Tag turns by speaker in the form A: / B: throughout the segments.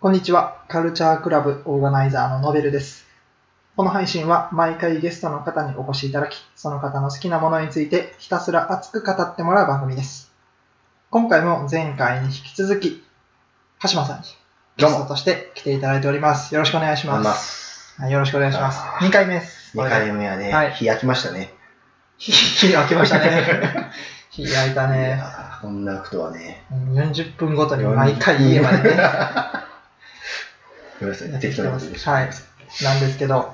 A: こんにちは。カルチャークラブオーガナイザーのノベルです。この配信は毎回ゲストの方にお越しいただき、その方の好きなものについてひたすら熱く語ってもらう番組です。今回も前回に引き続き、鹿島さんにゲ
B: どう
A: スト
B: も。
A: として来ていただいております。よろしくお願いします。
B: ます。
A: はい、よろしくお願いします。2回目です。
B: 2回目はね、
A: はい
B: 日焼きましたね。
A: 火開きました ね。火開いた
B: い
A: ね。
B: やーこんなことはね、
A: 40分ごとに毎回家ま でね、
B: ごめんなさい、適当なことで
A: はいなんですけど、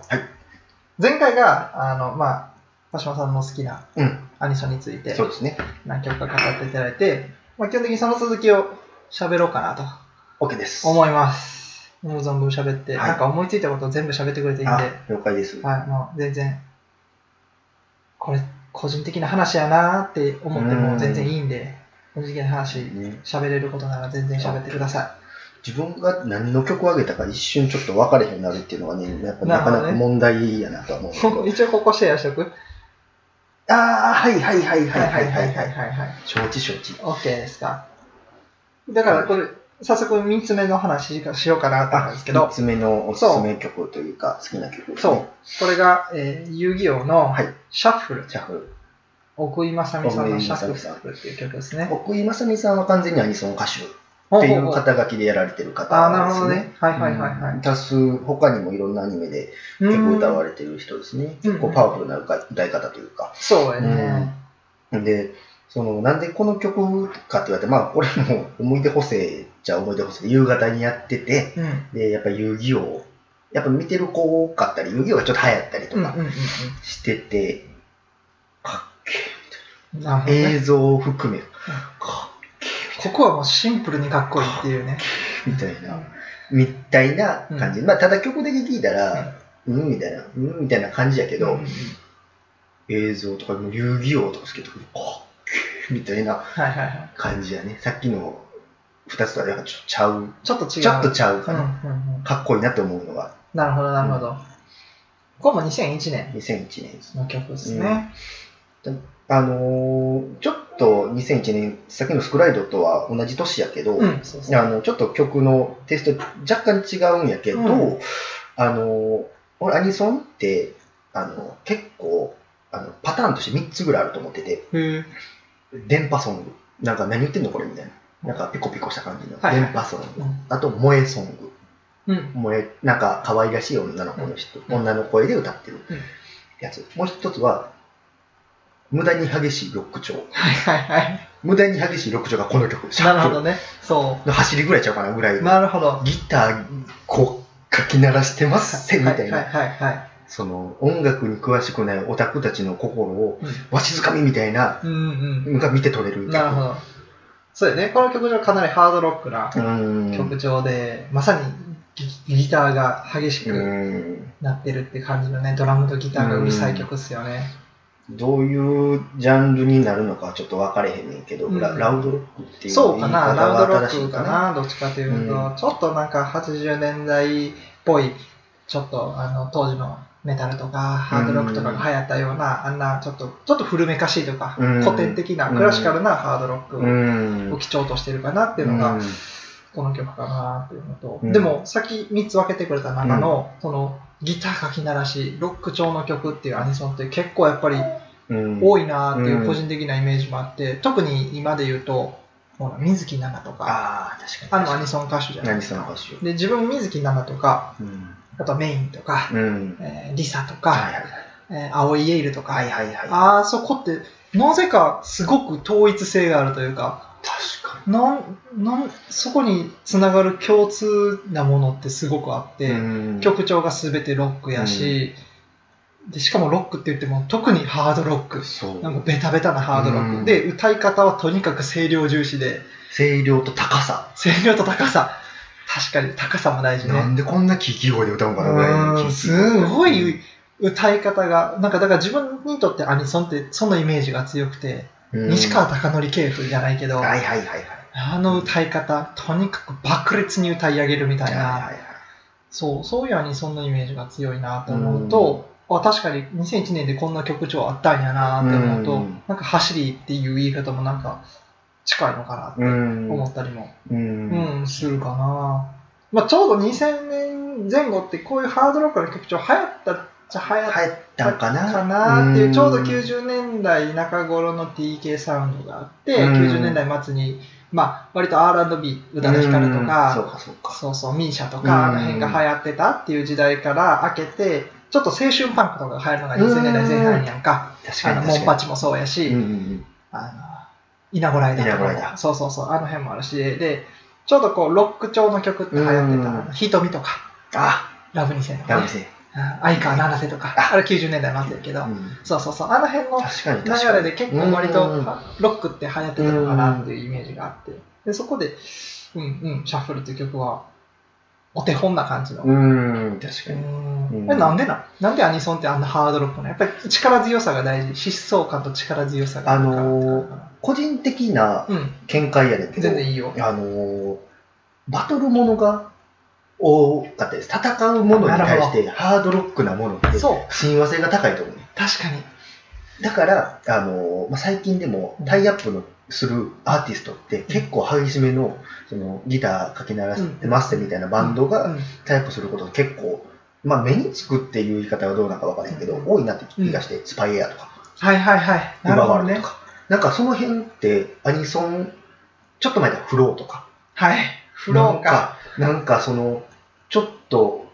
A: 前回が、あの、まあ、鹿島さんの好きな
B: うん、
A: アニソンについて
B: そうですね。
A: 何曲か語っていただいて、まあ、基本的にその続きを喋ろうかなと
B: OK です。
A: 思います。思う存分喋って、
B: はい
A: なんか思いついたことを全部喋ってくれていいんで、
B: あ、了解です。
A: はい、もう全然、これ、個人的な話やなーって思っても全然いいんで、個人的な話、
B: ね
A: 喋れることなら全然喋ってくださ
B: 自分が何の曲を上げたか一瞬ちょっと分かれへんなるっていうのはね、やっぱなか
A: なる
B: な
A: ほど
B: か
A: ね
B: 問題やなと は思うけど。
A: い。一応ここシェアしとく
B: ああ、はいはいはいはいはいはい。はい
A: はいはい。
B: 承知承知。
A: OK ですか。だからこれ、早速3つ目の話しようかなと思うんですけ
B: 3
A: ど、
B: つ目のおすすめ曲というか、好きな曲です
A: そ
B: ね
A: う。、これが、えー遊戯王の
B: はい
A: シャッフル、
B: シャッフル。
A: 奥井正美さんのシャッフルっていう曲ですね。
B: 奥井正美さんは完全にアニソン歌手。っていう肩書きでやられてる方
A: ああ、な
B: なん
A: る
B: です
A: ほどね。はいはいはいはい。
B: 多数、他にもいろんなアニメで曲歌われてる人ですね。結
A: う
B: 構
A: ん
B: パワフルな歌い方というか。
A: そうやね。
B: で、その、なんでこの曲かって言われて、まあ、これも思い出補正じゃ思い出補正で夕方にやってて、
A: うん。うん
B: で、やっぱ遊戯王、やっぱ見てる子多かったり、遊戯王がちょっと流行ったりと
A: うん
B: か
A: うん
B: してて、かっけ
A: うん。なるほど
B: え
A: ね
B: 映像を含め、かっ
A: ここはもうシンプルにかっこいいっていうね。
B: けみたいな、みたいな感じ。まあ、ただ曲だけ聴いたら、うん、みたいな、うん、みたいな感じやけど、
A: うんうんうん
B: 映像とかも遊戯王とか好きとかあっみたいな
A: はいはいはい。
B: 感じやねさっきの2つとはなんかちょっとちゃう
A: ちょっと違う。
B: ちょっとちゃうか
A: うんう
B: な、
A: んうん。
B: かっこいいなって思うのが
A: なるほどなるほど。これも2001年
B: 2001年です
A: の曲ですね。
B: あのーちょっと2001年さっきのスクライドとは同じ年やけど、
A: うん、そうそう。
B: あのちょっと曲のテイスト若干違うんやけど、
A: うん
B: あのー俺アニソンってあの結構あのパターンとして3つぐらいあると思ってて
A: へ
B: 電波ソング。なんか何言ってんのこれみたいな。なんかピコピコした感じの。
A: はいはい
B: 電波ソング。
A: うん
B: あと、萌えソング。
A: うん。
B: 萌え、なんか可愛らしい女の子の人、
A: うん
B: 女の声で歌ってる
A: うん
B: やつ。もう一つは、無駄に激しいロック調。
A: はいはいはい。
B: 無駄に激しいロック調がこの曲。シャ
A: なるほ
B: ッフル
A: どね。そ。。
B: の走りぐらいちゃうかなぐらいう
A: なるほど。
B: ギター、こう、かき鳴らしてますってみたい
A: はい
B: な。
A: はいはいはい。
B: その、音楽に詳しくないオタクたちの心を、わしづかみみたいな
A: うんうん
B: のが見て取れ
A: う
B: る。
A: ん。なるほど。そうよね。この曲調かなりハードロックな
B: ど。うん。
A: 曲調で、まさにギギターが激し
B: う
A: く
B: ん。
A: なってるって感じのね、ドラムとギターがうるさい曲っすよね。
B: どういうジャンルになるのかはちょっと分かれへんねんけど、
A: うん
B: ララウドロックっていう言い方
A: そうかな、ラウドロ
B: が
A: ッ
B: 正しい
A: クか
B: かな。
A: な、どっちかという
B: う
A: と、ちょっとなんか80年代っぽい、ちょっとあの当時のメタルとかハードロックとかが流行ったような、あんなちょっとちょっと古めかしいとか、
B: うん
A: 古典的なクラシカルなハードロ
B: う
A: ッ
B: ん。
A: クを基調としてるかなっていうの
B: う
A: が
B: ん、
A: この曲かなっていうのと、
B: うん
A: でもさっき3つ分けてくれた中の、そのギターかき鳴らし、ロック調の曲っていうアニソンって結構やっぱり
B: うん
A: 多いなーっていう
B: うん
A: 個人的なイメージもあって、特に今で言うと、ほら、水木奈々とか、
B: ああ、確か
A: あ
B: に。
A: のアニソン歌手じゃない
B: 何
A: です
B: その
A: か。
B: 話を。
A: で、自分、水木奈々とか、
B: うん。
A: あとメインとか、
B: うん。
A: えーリサと
B: はい
A: か、えー、青井エイルとか、
B: はいはい。はいはいはい。
A: あそこって、なぜかすごく統一性があるというか、
B: 確か
A: なんなんそこにつながる共通なものってすごくあって、
B: に。うん
A: 曲調が全てロックやし、で、しかもロックって言っても特にハードロック。
B: そう
A: なんかベタベタなハードロック、
B: うん
A: で歌い方はとにかく声量重視で
B: 声量と高さ。
A: 声量と高さ確かに高さも大事ね
B: なんでこんな聞き声で歌うんかなぐらいの
A: う
B: 聞
A: ん
B: き
A: すご
B: う
A: い
B: ん
A: 歌い方が、なんかだから自分にとってアニソンってそのイメージが強くて、
B: うん
A: 西川貴教系譜じゃないけど、
B: はいはいはいはい。
A: あの歌い方、とにかく爆裂に歌い上げるみたいな、
B: はいはいはい。
A: そうそういうアニソンのイメージが強いなと思うと、あ確かに2001年でこんな曲調あったんやなって思うと、
B: うん
A: なんか走りっていう言い方もなんか近いのか
B: う
A: なって
B: ん。
A: 思ったりも、
B: うん。
A: うんするかな、まあ、ちょうど2000年前後ってこういうハードロックの曲調流行ったっちゃ流行っ
B: 帰ったんかな
A: かなっていう、ちょうど
B: 90
A: 90年代中頃の TK サウンドがあって、
B: うん
A: 90年代末に、まあ、割と R&B 宇多田ヒカルと
B: そう
A: か、
B: かそうか。
A: そうそう、ミーシャと
B: うん
A: か、あの辺が流行ってたっていう時代から明けて、ちょっと青春パンクとかが流行るのが2000年代前半やんか。
B: 確
A: あの、
B: かに
A: モ
B: 確
A: ンパ
B: か
A: チもそうやし、
B: に。うんうん
A: あの、稲子ライダーと
B: 稲子ライ
A: か
B: ダ
A: も、
B: ー
A: そうそうそう、あの辺もあるし、で、ちょうどこう、ロック調の曲って流行ってた、
B: うん
A: あの瞳とか、
B: あ、
A: ラブ2000と
B: ラ
A: か
B: ブ
A: ね、
B: セ。
A: うん相川七瀬とか、あれ90年代末やけど、
B: うん
A: そうそうそう、あの辺の
B: 確かに確か
A: 流れで
B: に。
A: 結構割と
B: うんうん
A: ロックって流行ってたのかなっていうイメージがあって、でそこで、うんうん、シャッフルっていう曲はお手本な感じの。う
B: うん、確か
A: ー
B: に。
A: ん
B: うん
A: えなんでなんなんでアニソンってあんなハードロックなのやっぱり力強さが大事、疾走感と力強さが
B: あ
A: なんか
B: のー個人的な
A: うん、
B: 見解やねんけど、
A: 全然いいよ。
B: あのーバトルものが多かったです。戦うものに対してハードロックなものって
A: そう、
B: 親和性が高いと思うね。
A: 確かに。
B: だから、あのまあ、最近でもタイアップのするアーティストって結構激しめのそのギターかき鳴らしてますみたいなバンド
A: う
B: が
A: ん
B: タイアップすることが結構、まあ、目につくっていう言い方はどうなのかわからへんけど、
A: うん
B: 多いなって気がして、スパイエアとか
A: はいはいはい。
B: ウバ
A: なるほ
B: ワ
A: ど
B: ール
A: ね
B: ドと。か、なんかその辺ってアニソンちょっと前だフローとか
A: はい。フローか。
B: なんかなんかそのちょっと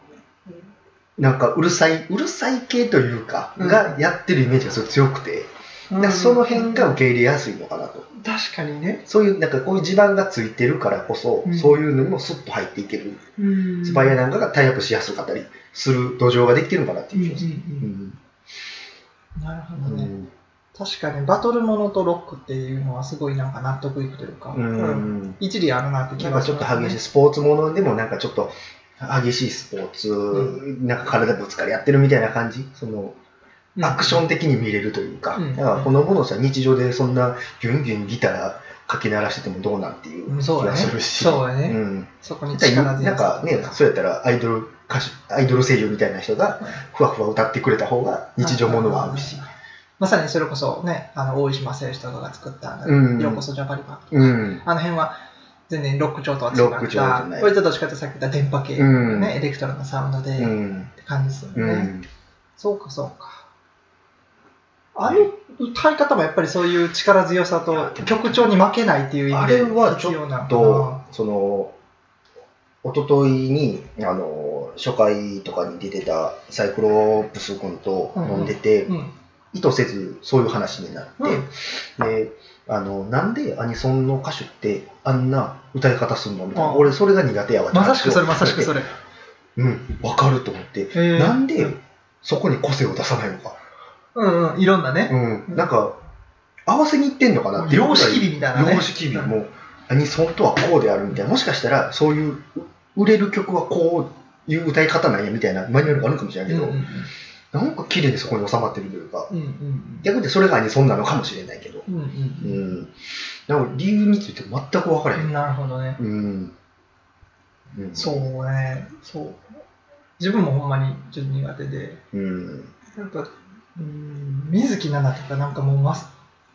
B: なんかうるさいうるさい系というか、
A: うん
B: がやってるイメージがすごい強くて。だからその辺が
A: うん
B: 受け入れやすいのかなと。
A: 確かにね。
B: そういう、なんかこういう地盤がついてるからこそ、
A: うん
B: そういうのにもスッと入っていける。
A: うん
B: スパイアなんかがタイアップしやすかったりする土壌ができてるのかなって
A: うんう
B: い
A: ん
B: う気がする。う
A: うん
B: ん
A: なるほ
B: う
A: どね。
B: ん
A: 確かにバトルものとロックっていうのはすごいなんか納得いくというか、
B: うん
A: 一理あるなって気
B: なん
A: が
B: か
A: し
B: ちょ
A: ま
B: っ
A: す、
B: と激しい、スポーツものでもなんかちょっと激しいスポーツ、
A: う
B: なんか体ぶつかり合ってるみたいな感じ、その
A: うん
B: アクション的に見れるというか、
A: うん
B: だからこのものさ、日常でそんなギュンギュンギターかき鳴らしててもどうなんっていう
A: うん
B: 気
A: そうだ
B: が
A: ね
B: するし。
A: そうだね
B: ん
A: そこに力強い
B: なんかね、そうやったらアイドル歌手、アイドル声優みたいな人がふわふわ歌ってくれた方が日常ものはあるし。
A: まさにそれこそねあの大島選手とかが作ったあの
B: うん
A: ようこそジャパニパン」
B: うん。
A: あの辺は全然ロック調とは違
B: ロック調じゃ
A: っ
B: な
A: た
B: い
A: これとどっちかってさっき言った電波系、
B: うん
A: ね、エレクトロなサウンドで、
B: う
A: っ
B: ん。
A: て感じですよね、
B: うん。
A: そうかそうかああいう歌い方もやっぱりそういう力強さと曲調に負けないっていう意
B: あ
A: 味
B: れ
A: で
B: はち
A: 必
B: ょ
A: 要なのかな
B: っと、その、一昨日に、あの、初回とかに出てたサイクロプス君と飲んでて、
A: うん
B: 意図せずそういう話になって、で、あの、なんでアニソンの歌手ってあんな歌い方するのみたいな。
A: あ
B: 俺それが苦手やわって
A: ま
B: 話
A: さしく
B: を
A: それまさしくそれ
B: うん、わかると思って、
A: えー
B: なんでそこに個性を出さないのか、
A: うんうんいろんな
B: う
A: ね、
B: んなんか合わせにいってんのかなっていうぐらい
A: 様式美みたいなね
B: 様式美もアニソンとはこうであるみたいなもしかしたらそういう売れる曲はこういう歌い方なんやみたいなマニュアルがあるかもしれないけど、
A: うん
B: なんか綺麗にそこに収まってるというか
A: うんうん
B: 逆にそれがアニソンなのかもしれないけど、
A: うんうん
B: う
A: うん
B: ん、なんか理由について全く分からへ
A: うん
B: ん、
A: なるほどね
B: うんうん、
A: そうねそう自分もほんまにちょっと苦手で
B: うん、
A: なんかうん水木奈々とかなんかもうま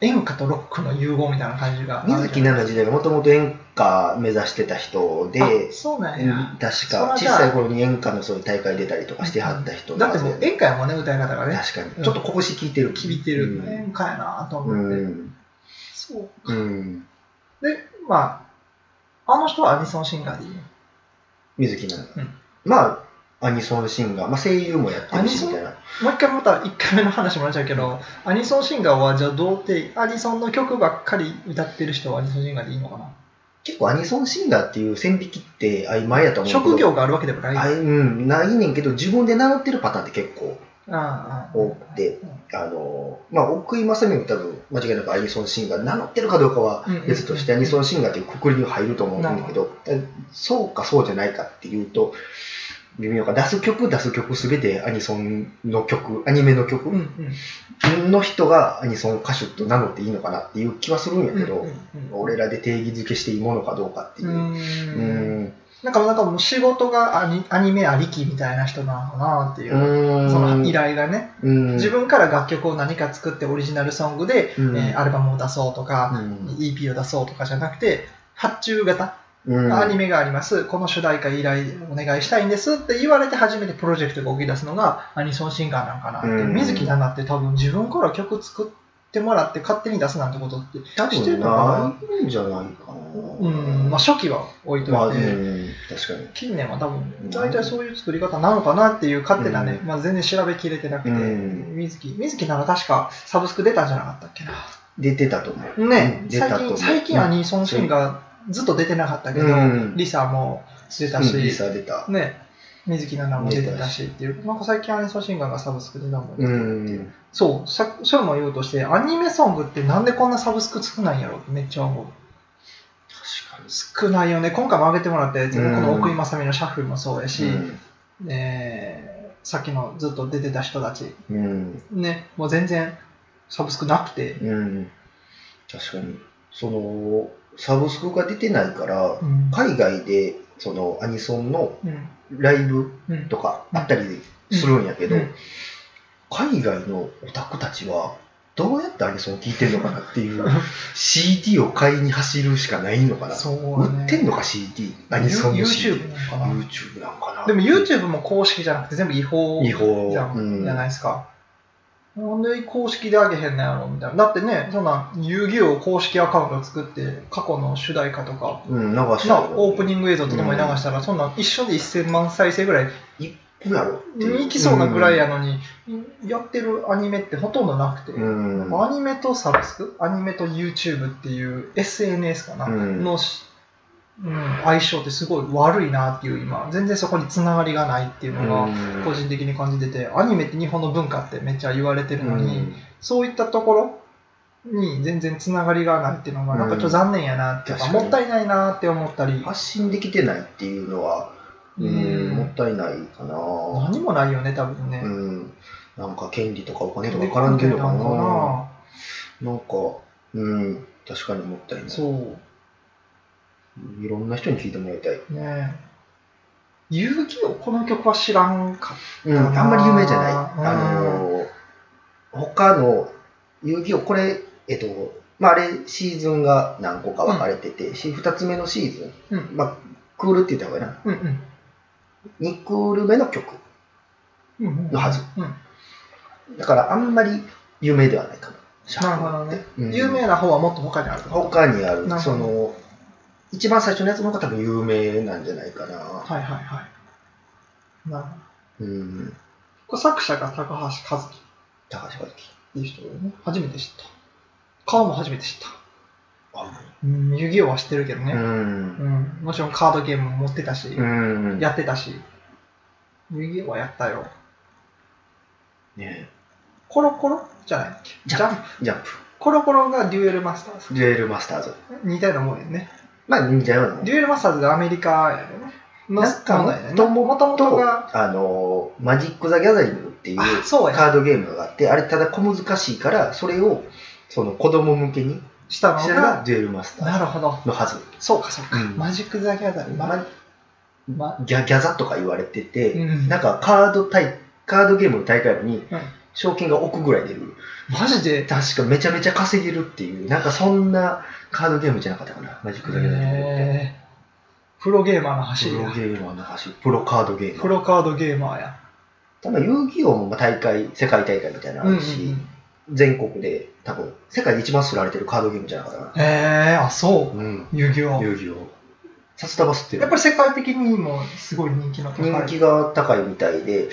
A: 演歌とロックの融合みたいな感じが
B: 水木奈々時代がもともと演歌目指してた人で、
A: あそうなん
B: うん
A: や、
B: 確
A: それ
B: か
A: は
B: 小
A: じゃあ
B: さい頃に演歌のそういう大会出たりとかしてはった人
A: だ
B: な
A: っ
B: ん
A: て
B: で
A: もう演歌やもんね歌い方がね
B: 確かに、
A: うん
B: ちょっと拳聞いてる
A: 響いてる、
B: うん
A: 演歌やなと
B: う
A: 思って、
B: ん
A: そう
B: うん
A: でまああの人はアニソンシンガーでいいよ
B: 水木奈
A: う
B: 々
A: ん
B: まあアニソンシンガー、まあ、声優もやってるしみたいな
A: もう一回また1回目の話もらっちゃうけど、アニソンシンガーはじゃあどう定アニソンの曲ばっかり歌ってる人はアニソンシンガーでいいのかな、
B: 結構アニソンシンガーっていう線引きって曖昧やと思うけど
A: 職業があるわけでもない。
B: あいうん、ないねんけど自分で習ってるパターンって結構
A: ああ
B: 多くてあのまあ奥井正美も多分間違いなくアニソンシンガー名乗ってるかどうかは別として
A: うん
B: ア
A: うんうん
B: ニソンシンガーというくくりに入ると思うんだけどそうかそうじゃないかっていうと微妙か出す曲出す曲すべてアニソンの曲アニメの
A: うんう
B: 曲
A: ん
B: の人がアニソン歌手と名乗っていいのかなっていう気はするんや
A: うん
B: けど
A: うんうん
B: 俺らで定義づけしていいものかどうかっていうう
A: ーん
B: うん
A: なんか、なんかもう仕事がアニアニメありきみたいな人なのかなっていうう、
B: ん
A: その依頼がね、
B: うん
A: 自分から楽曲を何か作ってオリジナルソングで、
B: うん
A: えーアルバムを出そうとか、
B: う
A: EP を出そうとかじゃなくて、発注型、
B: ん
A: アニメがあります、この主題歌依頼お願いしたいんですって言われて初めてプロジェクトが動き出すのがアニソンシンガーなんかなって、
B: うん
A: 水木奈々って多分自分から曲作ってもらって勝手に出すなんてことって
B: 多分
A: してるのか
B: ないんじゃないか
A: な、
B: な。
A: うんまあ、初期は置いといて、
B: まあうん確かに。
A: 近年は多分大体そういう作り方なのかなっていう勝手なね、
B: う
A: まあ、全然調べきれてなくて、
B: うん
A: 水木水木奈々確かサブスク出たんじゃなかったっけな
B: 出てたと思う。
A: ね
B: うん出た
A: 最
B: と思
A: 近
B: う。
A: 最近アニソンシンガーずっと出てなかったけど、
B: うん
A: リサも出た
B: う
A: し、
B: んリサ出た。
A: ね、水木奈々も出て
B: 出
A: た
B: た
A: し
B: し
A: っていう、なんか最近アニソンシンガーがサブスクでだもんね。
B: うん。
A: そう、さそれも言おうとして、アニメソングってなんでこんなサブスク少ないんやろってめっちゃ思う。
B: 確か
A: 少ないよね、今回も上げてもらったやつね、
B: うん
A: この奥井正美のシャッフルもそうやし、
B: うん
A: えーさっきのずっと出てた人たち、
B: うん。
A: ね、もう全然サブスクなくて、
B: うん。確かに。その、サブスクが出てないから
A: う、ん、
B: 海外で、その、アニソンの
A: うん、
B: ライブ
A: うん
B: とかあったりするんやけど、
A: うん
B: 海外のオタクたちはどうやってアニソン聴いてるのかなっていう CD を買いに走るしかないのかな、
A: そうや
B: 売
A: ね。
B: ってんのか CD アニソンの CD
A: YouTube なのかな。
B: YouTube なんかな
A: でも YouTube も公式じゃなくて全部違法
B: 違法
A: じゃ,、ん、
B: うん
A: じゃないですか。なんで公式であげへんのやろみたいな。だってね、そんな遊戯王公式アカウント作って、過去の主題歌とか、
B: うん流した
A: なオープニ
B: ン
A: ング映像とともに流したら、そんなん一緒で1000万再生ぐらい
B: グやろっていう
A: にいきそうなぐらいやのに、やってるアニメってほとんどなくて、
B: うん、うん
A: アニメとサブスク、アニメと YouTube っていう SNS かな、
B: うん
A: のし、うん、相性ってすごい悪いなっていう今、全然そこにつながりがないっていうのが、個人的に感じててアニメって日本の文化ってめっちゃ言われてるのに、
B: うん
A: そういったところに全然つながりがないっていうのが
B: うん
A: なんかちょっと残念やなっていうか、
B: 確かに
A: もったいないなって思ったり
B: 発信できてないっていうのは、うん
A: うん
B: もったいないかな
A: 何もないよね多分ね、
B: うん、なんか権利とかお金とか絡んでるのかななんか、うん、確かにもったいない。
A: そ
B: いろんな人に聞いてもらいたい。
A: うね遊戯王この曲は知らんか
B: うん、
A: あー
B: あんまり有名じゃない。
A: うん
B: あのー、他の遊戯王、これ、えっと、まあ、あれ、シーズンが何個か分かれてて、し二つ目のシーズ
A: う
B: ン、
A: ん
B: まあ、クールって言った方がいいな。
A: うんうん
B: 二クール目の曲。
A: うんうん
B: のはず
A: うん
B: だから、あんまり有名ではないかも。
A: なるほどね、
B: うん
A: 有名な方はもっと他にあると
B: 他に
A: な
B: あ
A: る
B: る、
A: ほど
B: その、一番最初のやつの方が多分有名なんじゃないかな。
A: はいはいはいなるほど
B: うん、
A: これ作者が高橋和樹
B: 高橋和樹。
A: いい人だよね。初めて知った。顔も初めて知った。
B: あ
A: うん、遊戯王は知ってるけど
B: う
A: ね、うん
B: ん。
A: もちろんカードゲームも持ってたし、
B: うん。
A: やってたし。遊戯王はやったよ。
B: ね
A: コロコロじゃない
B: ジ
A: ジ
B: ャ
A: ャ
B: ン
A: ン
B: プ。ジャンプ。
A: コロコロがデュエルマスターズ。
B: デュエルマスターズ。
A: 似たようなもんやね。
B: まあ、似たようなもん
A: デュエルマスターズがアメリカやよね。の
B: なんか
A: 問題だよね
B: もと
A: もともとが、
B: と、あのー、マジック・ザ・ギャザリングっていう
A: あそうや
B: カードゲームがあって、あれただ小難しいから、それを、その子供向けに
A: したの
B: したのが
A: が、
B: デュエルマスタ
A: な
B: ー
A: るほど。
B: ズのはず。
A: そうかそうか。
B: うん
A: マジック・ザ・ギャザリー。ま
B: ま
A: ま
B: ギャギャザとか言われてて、
A: うん
B: なんかカード対、カードゲームの大会に
A: うん
B: 賞金が億ぐらい出る。
A: マジで
B: 確かめちゃめちゃ稼げるっていう、なんかそんなカードゲームじゃなかったかな、マジック・ザ・ギャザリングって。
A: えープロゲーマーの走
B: プ
A: り
B: ロ
A: や
B: ゲーマーの走り、プロカードゲーマ
A: プ
B: ー。
A: ロカードゲーマーや。
B: ただ遊戯王も大会、世界大会みたいなのあるし、全国で多分、世界で一番すられてるカードゲームじゃなかったか
A: へえー、あ、そ
B: な。うん。
A: う。遊戯王。
B: 遊戯王。札束吸ってる
A: やっぱり世界的にもすごい人気の高い。
B: 人気が高いみたいで、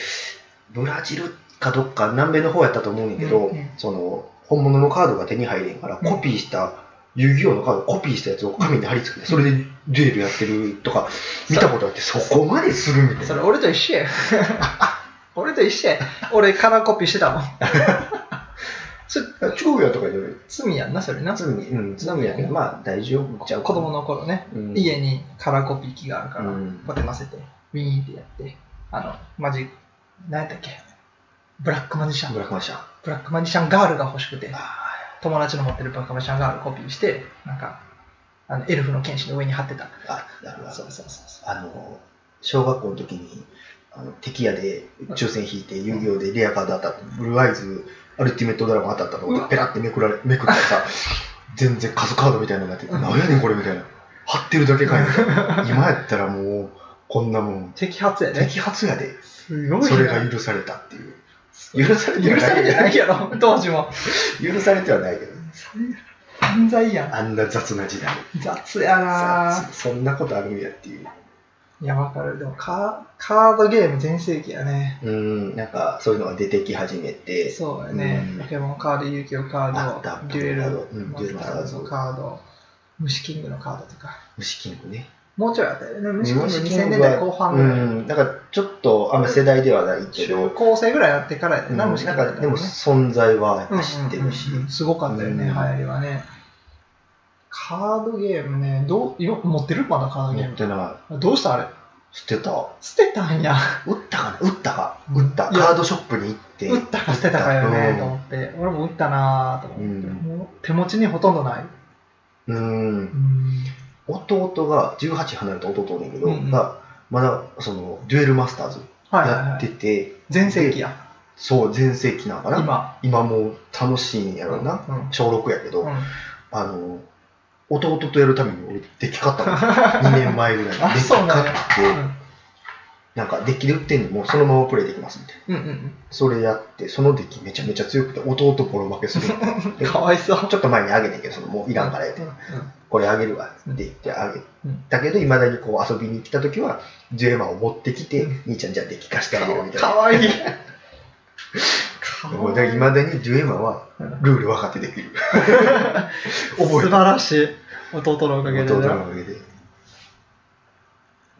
B: ブラジルかどっか、南米の方やったと思うねんだけど、
A: うんうん
B: その、本物のカードが手に入れんから、
A: うん
B: コピーした、遊戯王のカードコピーしたやつを紙に貼り付けて、それでデュエルやってるとか、見たことあって、そこまでするみたいな。
A: それ俺と一 緒や。俺と一緒や。俺カラーコピーしてたもん。それ
B: 超やとか言う
A: 罪やんな、それな。
B: 罪に、うん、罪やけど、まあ大丈夫ちゃう
A: 子供の頃ね、
B: うん
A: 家にカラーコピー機があるから、
B: うん
A: こうやって乗せて、ウィーンってやって、あの、マジ、何やったっけブラックマジシャン。
B: ブラックマンシャン。
A: ブラックマジシャンガールが欲しくて。
B: あ
A: 友達の持ってるバカマシャンガールコピーして、なんか、あのエルフの剣士の上に貼ってた。
B: あ、なるほど。
A: そうそうそうそ
B: あの、小学校の時に、あの敵屋で抽選引いて、遊戯王でレアカード当たった、ブルーアイズ、アルティメットドラゴン当たったと
A: う
B: 思
A: わ
B: って、ペラってめくられめくったら さ、全然数カードみたいなのになって、
A: うん
B: なんやねんこれみたいな。貼ってるだけかいみたいな。今やったらもう、こんなもん
A: う。、摘発やね。
B: 摘発やで、
A: すごいな。
B: それが許されたっていう。許されては
A: 許さ
B: ない
A: れ
B: け
A: て
B: ど
A: ないやろ、当時も。
B: 許されてはないけど、
A: 犯罪や
B: あんな雑な時代。
A: ん。雑やな
B: さそんなことあるんやっていう。
A: いや、わかる。でもカー、カードゲーム全盛期やね。
B: うん、なんかそういうのが出てき始めて、
A: そうやね
B: う。ん
A: ポケモンカード、勇気をカ
B: あったあ
A: ー
B: っ
A: ド、
B: た
A: デュエ
B: う
A: ル、
B: ん
A: モンスターズのカード、虫キングのカードとか。
B: 虫キングね。
A: もうちょいあったよね。虫
B: 虫
A: キング2000年代後半ぐらい。
B: うん、なんかちょっとあんま世代ではない
A: 中
B: けど、
A: 高生ぐらいになってからやね
B: うん
A: な、
B: なん
A: 虫キング
B: かでも存在はやっぱ知ってるし
A: うんうんうんうん、すごかったよね、
B: う
A: 流
B: ん
A: 行りはね。カードゲームね、どうよ持ってるまだカードゲ
B: 持
A: ー
B: ってな
A: ム。どうしたあれ
B: い。捨てた。
A: 捨てたんや。
B: 売ったかな売ったか。
A: うん
B: 売った。
A: いや
B: カードショップに行って。
A: 打ったか捨てたかよね、と
B: 売
A: 思
B: っ
A: って。俺も打ったなぁと思って。
B: うん
A: もう手持ちにほとんどない。
B: たうん。うん
A: うん。
B: 弟が、18離れた弟おるんやけど、
A: うんうん
B: が、まだ、その、デュエルマスターズ
A: はいはい
B: や
A: は
B: って
A: い。
B: て、
A: 全盛期や。
B: そう、全盛期なんかな。
A: 今。
B: 今もう楽しいんやろな。
A: うん。
B: 小6やけど、
A: うん
B: あの、弟とやるために俺、デッキ買っ たの。2年前ぐらいに。デ
A: あ、
B: ッキ
A: そ
B: 買
A: うなんや。
B: って、なんかデッキで売ってんのもうそのままプレイできますみたい
A: う
B: な。
A: んうん
B: それやって、そのデッキめちゃめちゃ強くて、弟ボロ負け する。
A: う
B: で
A: ん。かわいそう。
B: ちょっと前にあげてんけど、そのもういらんからやって
A: うん、
B: これあげるわって言ってあげ
A: うん
B: だけど、いまだにこう遊びに来た時は、ジュエマを持ってきて、兄ちゃんじゃあデッキ貸してあげようみたい
A: か
B: な。
A: わいい。
B: もうだいまだにジュエマはルール分かってで きる。覚
A: 素
B: え
A: 晴らしい。弟のおかげで
B: 弟の
A: な。
B: おかげで。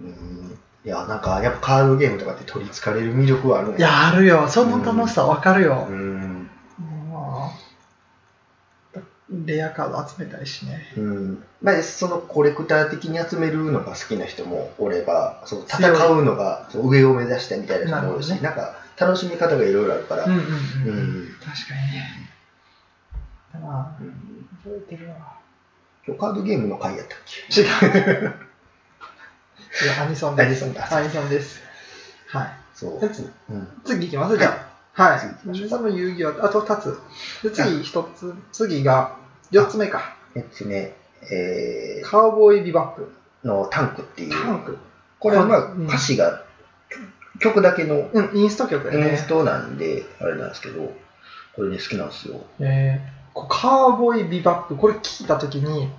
B: うん。いや、なんかやっぱカードゲームとかって取りつかれる魅力はあるん
A: いや、あるよ。その楽しさわかるよ
B: う。ん。
A: もうレアカード集めたいしね。
B: うんまあ、そのコレクター的に集めるのが好きな人もおればその戦うのがそう上を目指したみたいな人もおるし
A: な
B: な
A: るほどね
B: んか楽しみ方がいろいろあるから、
A: うんうん
B: う
A: うん。
B: ん
A: 確かにね。だな
B: うん
A: 覚えてるわ。
B: 今日カードゲームの回やったっけ
A: 違う。いや、アニソン
B: ア
A: で
B: ニ
A: す。
B: ソンだ
A: アニソンです。はい。
B: そう、
A: えつ
B: うん、
A: 次いきますじゃあ。は
B: 次行きましょ
A: い。
B: う
A: その遊戯は、あと2つ。で、次1つ、次が4つ目か。
B: 3つ目、え
A: カウボーイビバップ。
B: ーの「タンク」ってい
A: タン
B: う
A: ク。
B: これはまあ
A: うん
B: 歌詞が曲だけの
A: うん、インスト曲や
B: イン
A: ね
B: ス。トなんであれなんですけどこれね好きなんですよ
A: えーこうカーボーイビバップ、これ聞いたときに、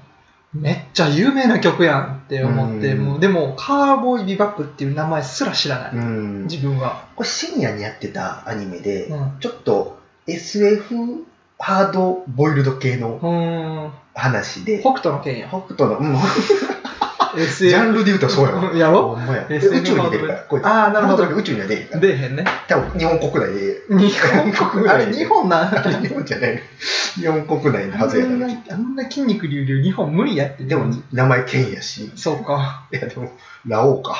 A: めっちゃ有名な曲やんって思って、
B: うん
A: もうでも、カーボーイビバップっていう名前すら知らない、
B: うん
A: 自分は。
B: これ深夜にやってたアニメで、
A: うん。う
B: ちょっと SF ハードボイルド系の
A: ーん
B: 話で、
A: 北斗の剣や。
B: 北斗の、うん、ジャ
A: SF
B: ンルで言うとそうやわ。
A: やろ
B: ほんまや。宇
A: SF
B: 宙に出るから、これ、
A: ああ、なるほ
B: 北
A: ど
B: 斗。の宇宙には出るから、
A: 出えへんね。
B: 多分日本国内で、
A: 日
B: 本国
A: 本、あれ、日本なん
B: あれ日本じゃない、日本国内のはずやから、
A: あんな筋肉隆々、日本無理やって。
B: でも、名前ケンやし、い
A: そうか。
B: やでも、ラオウか、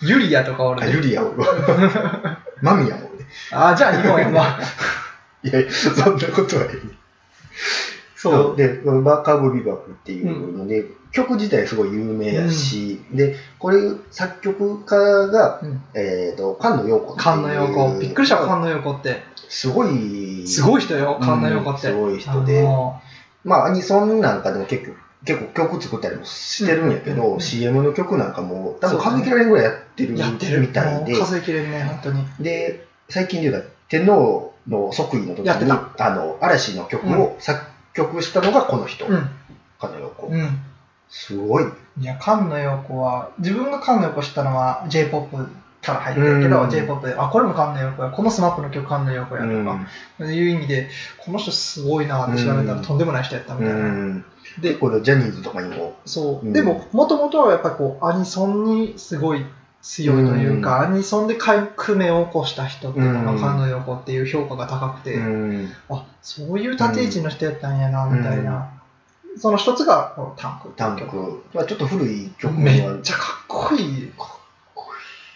A: ユリアとかおる
B: あ
A: で
B: ユリアおるわ、 マミヤもおるね。
A: ああ、じゃあ日本やな。
B: いや、そんなことはない。
A: そう。
B: で、このバーカーブビバップっていうので、曲自体すごい有名やし、で、これ作曲家が、
A: うん
B: えっ、と、菅野陽子っていう
A: 菅野陽子。びっくりした、菅野陽子って。
B: すごい、
A: すごい人よ、神田陽子って。
B: うんすごい人で
A: あの
B: まあ、アニソンなんかでも結構、結構曲作ったりもしてるんやけど、
A: うんうんうん
B: CM の曲なんかも多
A: そ
B: 分
A: うだね
B: 数えきられんぐらいやってる
A: やってる。
B: みたいで
A: もう、数えきれんね、本当に。
B: で、最近で言うと、天皇の即位の時
A: やって
B: に、
A: た
B: あの、嵐の曲を作曲したのがこの人、
A: う
B: 菅野陽子。
A: ん。う
B: すごい。
A: ん。いや、菅野陽子は、自分が菅野陽子知ったのは J-POP から入ってるけ
B: う
A: ど、
B: ん
A: J-POP で、あ、これも菅野陽子や、この SMAP の曲菅野陽子やとか、いう意味で、この人すごいなって調べた
B: う
A: ら
B: ん
A: とんでもない人やったみたいな。
B: ん、
A: で
B: 結構ねジャニーズとかにも、
A: そうう。
B: ん
A: でも、もともとはやっぱこう、アニソンにすごい強いというか、アニソンで革命を起こした人っていうの
B: うん
A: が菅野陽子っていう評価が高くて、
B: ん、
A: あそういう立ち位置の人やったんやな、みたいな。その一つが、このタンク。
B: タンク、まあ、ちょっと古い曲
A: め
B: は
A: っちゃかっこいい。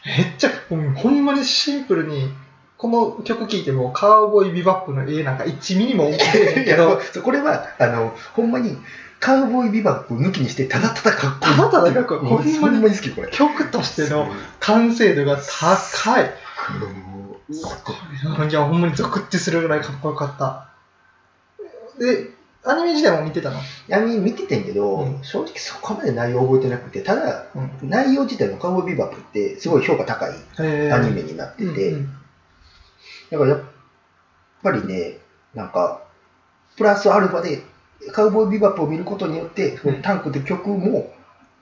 A: めっちゃ、うんほんまにシンプルに、この曲聴いても、カウボーイビバップの絵なんか1ミリも思ってへんねん
B: いや
A: けど、
B: そうこれはあのほんまにカウボーイビバップ抜きにしてただただかっこいい
A: ただただかっこいい
B: もう
A: ほんまに
B: ほんまに好きこれ
A: 曲としての完成度が高い。
B: うんすごい
A: いや、ほんまにゾクってするぐらいかっこよかった。で、アニメ時代も見てたの
B: ちなみに見ててんけど、
A: うん
B: 正直そこまで内容覚えてなくてただ
A: うん。
B: 内容自体のカウボーイビバップってすごい評価高い
A: えー
B: アニメになってて、
A: うん
B: だからやっぱりね、なんか、プラスアルファで、カウボーイビバップを見ることによって、そのタンクで曲も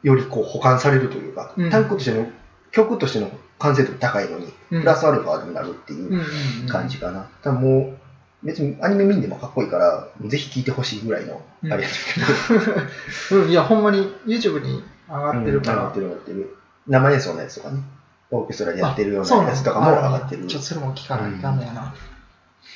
B: よりこう保管されるというか、
A: うん
B: タンクとしての、曲としての完成度高いのに、
A: うん
B: プラスアルファになるって
A: うん
B: いううん
A: うん
B: 感じかな。ただもう、別にアニメ見んでもかっこいいから、ぜひ聴いてほしいぐらいの、あ
A: う
B: れ
A: ん
B: やけど、
A: うん、いや、ほんまに YouTube に上がってるか
B: うん上が
A: ら
B: って。る上がってる。生演奏のやつとかね、オーケストラでやってるような
A: そう
B: やつとかも上がっ
A: な
B: てる。
A: んだちょっとそれも聞かないかんのやな。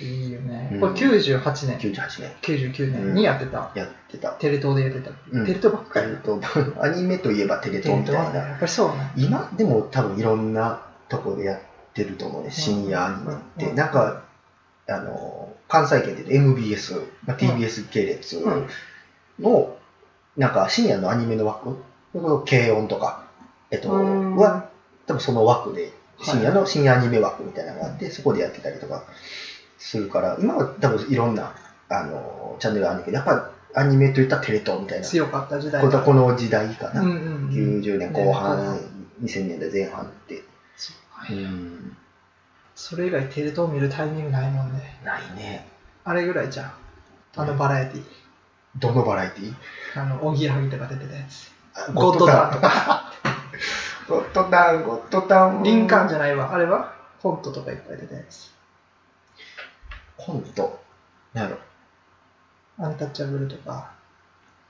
A: いいよね
B: う。ん
A: これ98年、
B: 98年
A: 99年にやってた。
B: やってた。
A: テレ東でやってた。
B: うん
A: テレ東ばっか
B: え
A: り。
B: っと、アニメといえばテレ
A: テ
B: 東
A: レ
B: み
A: 東
B: た
A: はいや
B: な。
A: っぱりそうね。
B: 今でも多分いろんなとこでやってると思うね、深夜アニメ
A: うん
B: っ
A: う
B: て。
A: ん
B: なんか、あの、関西圏で言うと MBS、まあ、TBS 系列
A: うん
B: の、なんか深夜のアニメの枠、それこそ軽音とか、えっと、
A: うん
B: は、多分その枠で、
A: い
B: 深夜の深夜アニメ枠みたいなのがあって、そこでやってたりとかするから、今は多分いろんな、あの、チャンネルがあるんだけど、やっぱアニメといったらテレ東みたいな。
A: 強かった時代
B: これはこの時代かな。
A: うんうんうん。
B: 90年後半、2000年代前半って、
A: そうかそれ以外テレ東見るタイミングないもんね。
B: ないね
A: あれぐらいじゃん。あのバラエティ
B: どのバラエティ
A: あの、おぎやはぎとか出てたやつ。
B: あ
A: ゴッドタンとか。
B: ゴッドタンゴッドタン
A: リンカーンじ
B: ゃ
A: ゃないわ。あれはコントとかいっぱい出てたやつ。
B: コントなんやろ
A: アンタッチャブルとか、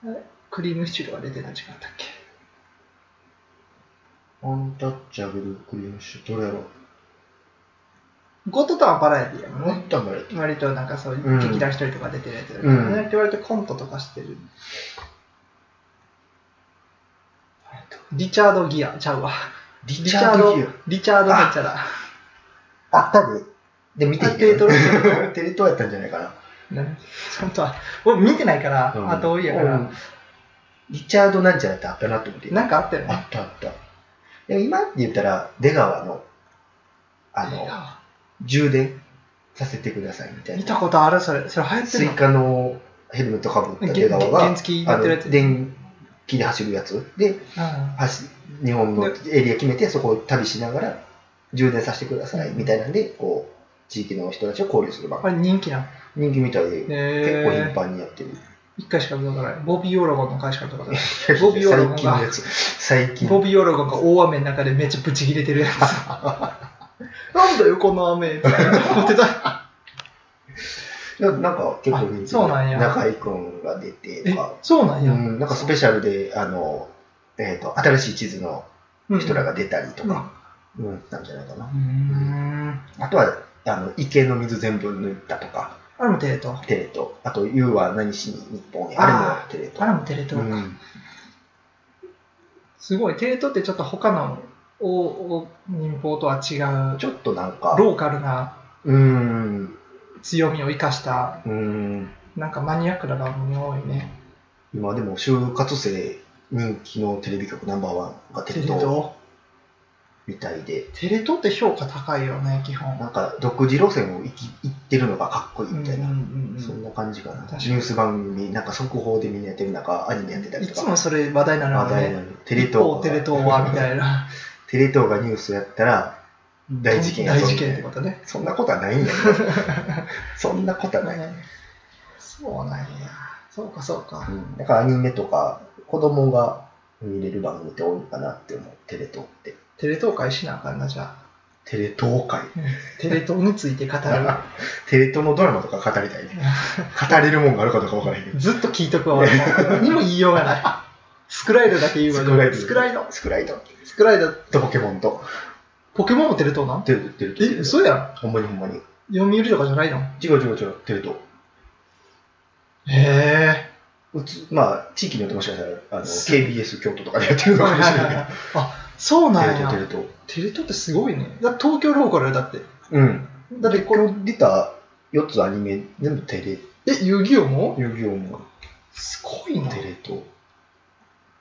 A: あれクリームシチューとか出てたんじゃなかったっけ
B: アンタッチャブルクリームシチューどれやろ
A: ゴッドタンはバラエティやもん
B: ゴ
A: ね。
B: ッドタンバラエティ
A: 割となんかそういう
B: うん
A: 劇団一人とか出てるやつだよね。
B: うん
A: 割と割とコントとかしてる。リチャード・ギアちゃうわ。
B: リチャードギ
A: リ
B: ア
A: チャード・リチャードなんちゃら。
B: あったでで見て
A: あテレ東
B: 東テレ東やったんじゃないかな
A: ねちゃんとは、俺見てないから、
B: うん
A: 後追いやから、
B: うんリチャードなんちゃらってあったなと思って
A: なんかあったよ
B: あ
A: ね。
B: ったあったでも今って言ったら出川のあの充電させてくださいみたい
A: 見
B: な。
A: たことあるそれ。それ流行って
B: ス
A: る
B: イ
A: の
B: カのヘルメットかぶった出川が、
A: げ原付乗ってるやつ
B: あの電気で走るやつで、
A: うん
B: 走日本のエリア決めて、そこを旅しながら充電させてくださいみたいなんで、こう、地域の人たちを交流する番
A: あれ人気なの。
B: 組。人気みたいで、結
A: 結
B: 構頻繁にやってる。
A: 一回しか見たことない。ボビー・オロゴンの会しか見たことない。ボビーオロゴンが
B: 最近のやつ。最近。
A: ボビー・オロゴンが大雨の中でめっちゃブチ切れてるやつ。 なんだよ、この 雨って思ってた。
B: いやなんか結構人気で
A: あそうなんや
B: 中井くんが出て
A: え
B: とか、、
A: そうなん
B: う
A: や。
B: ん、なんかスペシャルで、あの、えっ、と、新しい地図の
A: うん
B: 人らが出たりとか、うん、なんじゃないかな
A: う。ん。
B: あとは、あの池の水全部抜いたとか、
A: あれもテレ東。
B: テレと、あと、You は何しに日本へ、
A: あー
B: あれもテレと
A: あ。れもテレ東か。
B: うん
A: すごい、テレ東ってちょっと他のおお民放とは違う、
B: ちょっとなんか、
A: ローカルな
B: うーん、
A: 強みを生かした、
B: うーん、
A: なんかマニアックな番組が多いね。
B: 今でも就活生人気のテレビ局ナンバーワンがテ
A: テレ
B: レ東
A: 東。
B: みたいで、
A: テレ東って評価高いよね、基本。
B: なんか独自路線を行き行ってるのがかっこいいみたいな、
A: うんうんうんうん
B: そんな感じかな。ニ
A: 確かに
B: ュース番組、なんか速報でみんなやってる中、アニメやってたり
A: い
B: と
A: つ
B: か、
A: もそれ話題なの
B: 話
A: よ
B: 題
A: ね。
B: なのテレ
A: 一方
B: 東
A: テレ東はみ
B: い
A: たいな。
B: テレ東がニュースやったら、 大事件や
A: 大
B: ぞ
A: 事件ってことね。
B: そんなことはないん だけど、そんなことはない。
A: そうなんや。そうかそうか。
B: だからアニメとか、子供が見れる番組って多いかなって思う、テレ東って。
A: テレ東会しなあかんな、じゃあ。
B: テレ東界。
A: テレ東について語る。
B: テレ東のドラマとか語りたいね。語れるもんがあるかどうかわからへんけど。
A: ずっと聞いとくわ、俺も。何も言いようがない。スクライドだけ言うわ、スクライド。
B: スクライド。
A: スクライド。
B: とポケモンと。
A: ポケモンもテレ東なん
B: テレ東、テレ
A: え、
B: 東。
A: 嘘や
B: ほんまにほんまに。
A: ん。読売とかじゃないの
B: 違う違う違う、テレ東。
A: へ
B: うつまあ、地域によってもしかしたら、あの、
A: す
B: KBS 京都とかでやってる
A: え。
B: のか
A: はい
B: も
A: は
B: し
A: い
B: れ
A: はいはい
B: ない
A: あ、そう
B: けど。
A: な
B: テレ
A: んや。
B: 東、テレ東。
A: テレ東ってすごいね。だ東京ローカルだって。
B: うん。だってこれ出た4つアニメ全部テレ
A: え、遊戯王も
B: 遊戯王も
A: すごいな。
B: テ
A: め
B: レと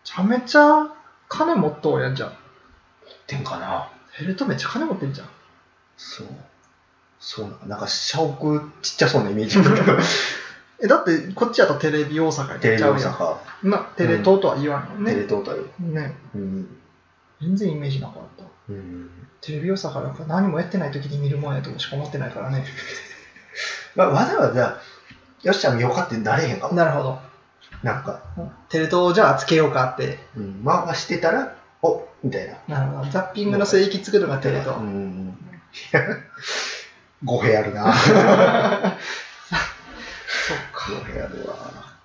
A: ちゃめちゃ金持っとうやんじゃん。
B: てんかな
A: テレ東めっちゃ金持ってんじゃん。
B: そうそうなんなんか社屋ちっちゃそうなイメージだ けど
A: え、だってこっちやったらテレビ大阪
B: テ
A: や
B: レ
A: っ
B: ビ
A: ちゃうやん。
B: 大阪、
A: な、テレ東とは言わんよ
B: テレ
A: ね。
B: 東だよ、
A: ね。
B: うん
A: 全然イメージなかった。
B: うん
A: テレビ大阪なんか何もやってない時に見るもんやとしか思ってないからね。
B: まあ、わざわざよっしゃ見ようかってなれへんかも
A: なるほど。
B: なんか、
A: テレ東じゃあつけようかって。
B: うん、回してたらおみたいな
A: なるほど。ザッピングの聖域作るのがテレ東
B: う。んいや語弊あるな
A: そっか。
B: 語弊あるわ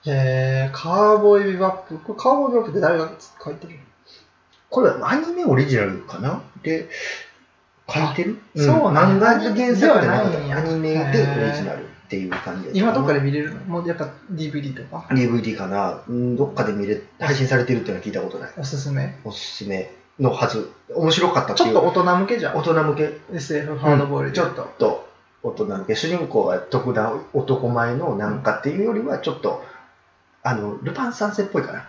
A: へえ、カーボーイビバップ。これカーボーイビバップって誰が書いてる
B: これアニメオリジナルかなで書いてる、
A: あそうな
B: 漫
A: んや
B: 画の原作じゃなかった
A: ではないんや
B: アニメでオリジナルっていう感じやった
A: 今どっかで見れるのもうやっぱ DVD とか
B: DVD かなうんどっかで見れ配信されてるっていうのは聞いたことない
A: おすすめ
B: おすすめのはず面白かったって
A: ち
B: い
A: ょ
B: う
A: っと大人向けじゃ
B: 大
A: ん。
B: 人向け
A: SF ハードボール
B: ちょっと大人向け主人公は特段男前のなんかっていうよりはちょっとあのルパン三世っぽいかな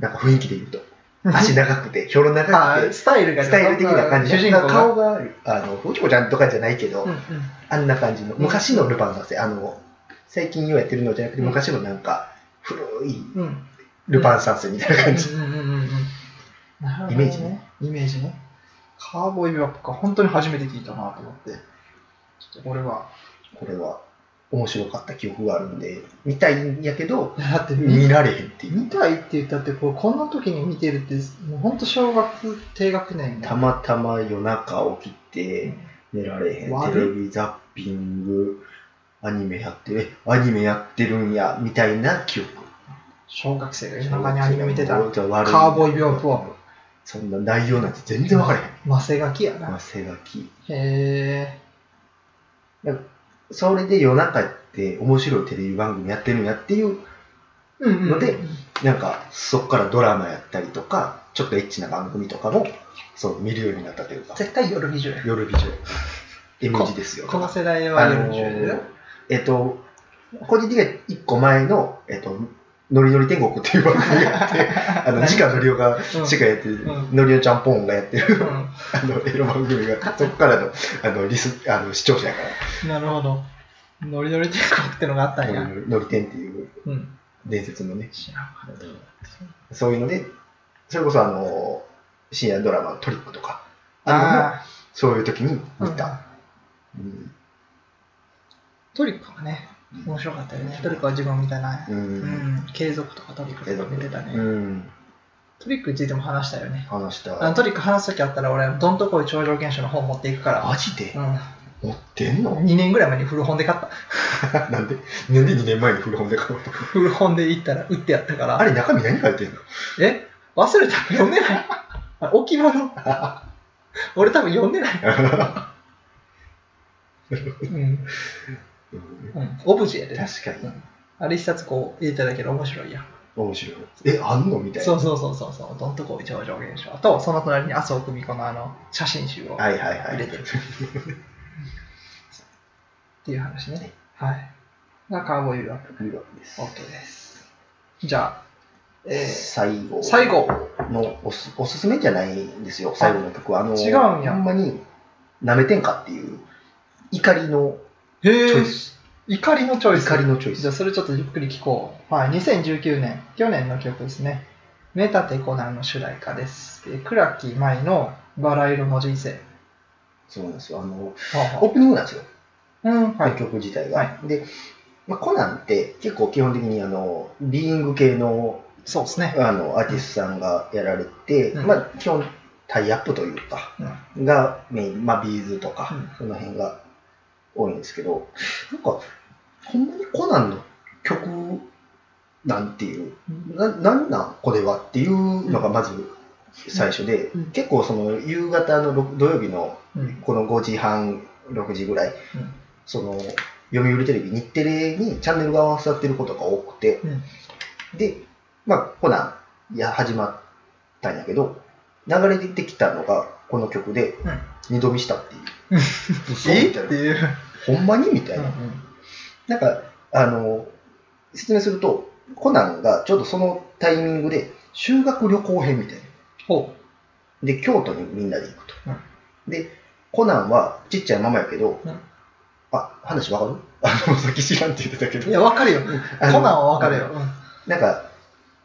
B: なんか雰囲気で言うと足長くてひょろ長
A: あ
B: くて
A: スタイルが
B: スタイル的な感じ
A: 主人
B: な
A: 公
B: ん
A: が
B: か顔があのお嬢ちゃんとかじゃないけど、
A: うんうん
B: あんな感じの
A: うん
B: 昔のルパン三世あの最近ようやってるのじゃなくて
A: うん
B: 昔のなんか古い
A: うんうん
B: ルパン三世みたいな感じ、
A: うんうんうんうんなるほど
B: イメージね
A: イメージねカーボーイビバップか本当に初めて聞いたなと思ってちょっと俺は
B: これは面白かった記憶があるんで見たいんやけど
A: いやだって見
B: 見られへんっていう
A: 見たいって言ったってこうこんな時に見てるってもう本当小学低学年
B: たまたま夜中起きて寝られへん
A: 悪い
B: テレビザッピングアニメやってるえアニメやってるんやみたいな記憶
A: 小学生が夜中にアニメ見てたら
B: カ
A: カーボーイ病と
B: そんな内容なんて全然分からへん
A: マセガキやな、
B: まあ背書き
A: へえ
B: それで夜中って面白いテレビ番組やってるんやっていう
A: うんうん
B: のでなんかそっからドラマやったりとかちょっとエッチな番組とかもそう見るようになったというか
A: 絶対夜美女や
B: 夜美女 M 字ですよ
A: この世代は
B: あ
A: 夜
B: の
A: 美女やで
B: ーえっと、個人的には1個前の、えっと、ノリノリ天国っていう番組があって、 あの、時間のりおが、しかやってる、
A: う
B: のりおちゃんぽんがやってる、
A: うん
B: あの、エロ番組があ って、そこからの、あの、リス、あの、視聴者やか
A: なるほど。ノリノリ帝国ってのがあったん
B: ら、
A: や。
B: のり天っていう
A: うん。
B: 伝説のね、
A: 知らんかった
B: そういうので、それこそあの、深夜ドラマのトリックとか、あのも、
A: あ
B: そういう時に
A: あ、
B: 見た。うん。
A: トリックはね、面白かったよね。トリックは自分も見たな。
B: う。
A: うんん。継続とかトリックとか見てた
B: う
A: ね。
B: ん。
A: トリックについても話したよね。
B: 話し
A: あの
B: た。
A: トリック話すときあったら俺、どんとこい超常現象の本持っていくか
B: マジで
A: ら。うん。
B: 持ってんの
A: 2年ぐらい前に古本で買った。
B: なんで、なんで2年前に古本で買うの
A: 古本で行ったら売ってやったから。
B: あれ、中身何書 いてんの
A: え忘れた読んでないあ置物俺多分読んでない、うんうん、オブジェやで
B: 確かに。
A: あれ一冊こう入れただけで面白いやん
B: 面白い。え、あんのみたいな。
A: そうそうそうそうそうどんとこい超常現象とその隣に麻生久美子のあの写真集を
B: はいはいは
A: 入
B: い。
A: れ てる、っていう話ねはいがカーボーイビバップ
B: いいわけです
A: OK ですじゃあ、え
B: 最後
A: ー、最後
B: のおすおすすめじゃないんですよ、最後の曲は。あの
A: 違うんや
B: ほんまに、なめてんかっていう、怒りの
A: へ
B: チョイ
A: ー
B: ス。
A: 怒りのチョイス
B: 怒りのチョイ
A: じゃ
B: ス。
A: あそれちょっとゆっくり聞こう。はい、2019年、去年の曲ですね。メタテコナンの主題歌です。えー倉木舞のバラ色の人生。
B: そうなんですよ。あの、オ
A: は
B: ープニングなんですよ、
A: あ、うん、はい。
B: 曲自体が。
A: は
B: で、まあ、コナンって結構基本的にあの、ビーイング系の
A: そうですね。
B: あのアーティストさんがやられて、
A: うん
B: まあ、基本タイアップというか、がメイン、まあ、ビーズとか、
A: うん
B: その辺が多いんですけど、なんか、ほんまにコナンの曲なんていう、ななんなんこれはっていうのがまず最初で、
A: うん
B: 結構その夕方のろ土曜日の
A: うん。うん。
B: この5時半、6時ぐらい、
A: うん
B: その読売テレビ、日テレにチャンネルが合わさってることが多くて、
A: うん
B: で、まあ、コナンや始まったんやけど、流れ出てきたのがこの曲で、
A: うん
B: 二度見したっていう。嘘
A: え
B: み
A: った
B: い
A: て
B: な。
A: いう。
B: ほんまにみたい
A: うん
B: な。なんか、あの、説明すると、コナンがちょうどそのタイミングで修学旅行編みたいな。
A: ほ
B: で、京都にみんなで行くと。
A: うん
B: で、コナンはちっちゃいままやけど、
A: うん
B: あ、話わかる あの、さっき知らんって言ってたけ
A: う。
B: ど
A: い、や、わかるよ。
B: あの
A: コナンはわかるよ。
B: なんか、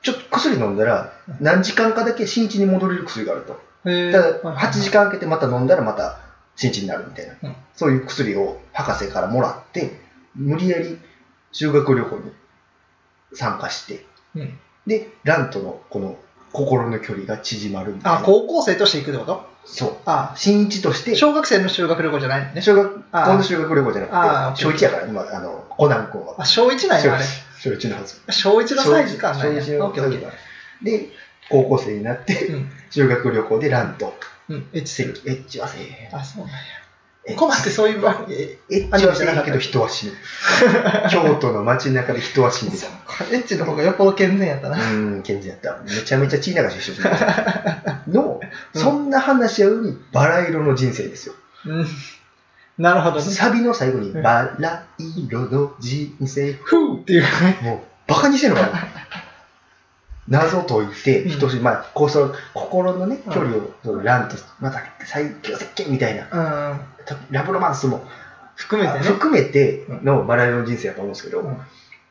B: ちょっと薬飲んだら
A: うん、
B: 何時間かだけ新地に戻れる薬があると。
A: うんへー
B: ただ、8時間空けてまた飲んだらまた新地になるみたいな、
A: うん
B: そういう薬を博士からもらって、無理やり修学旅行に参加して、
A: うん
B: で、ランとのこの心の距離が縮まるみたいな。
A: あ、高校生として行くってこと
B: そう。
A: あ、
B: 新一として、
A: 小学生の修学旅行じゃないのね。
B: 小学
A: あ
B: 校の修学旅行じゃ
A: あ
B: なくて、小一やから、今、あの、コナン君は。
A: あ、小1なんや、あれ。
B: 小一のはず。
A: 小1のサイズ感なんや。
B: 小一の
A: オッケーオッケー
B: で、高校生になって、
A: うん
B: 修学旅行でランと、
A: うん、エッチ
B: セル、エッチはせえへん。
A: あ、そうなんや。
B: エッチ
A: コナンってそういう番組。
B: エッチはしてないけど人は死ぬ。京都の街中で人は死んでた。
A: エッチの方がよっぽど健全やった
B: う
A: な。
B: ーん、健全やった。めちゃめちゃ血流し一緒にの、そんな話し合うにバラ色の人生ですよ。
A: うん。なるほどね。
B: サビの最後に
A: うん
B: バラ色の人生。
A: ふーっていう。
B: もう、バカにしてんのかな謎解いて、人し、まあ、こうその心のね、距離を、そのランと、また最強設計みたいな、
A: うん。
B: たラブロマンスも
A: 含めてね。
B: 含めてのバラ色の人生やと思うんですけど、
A: うん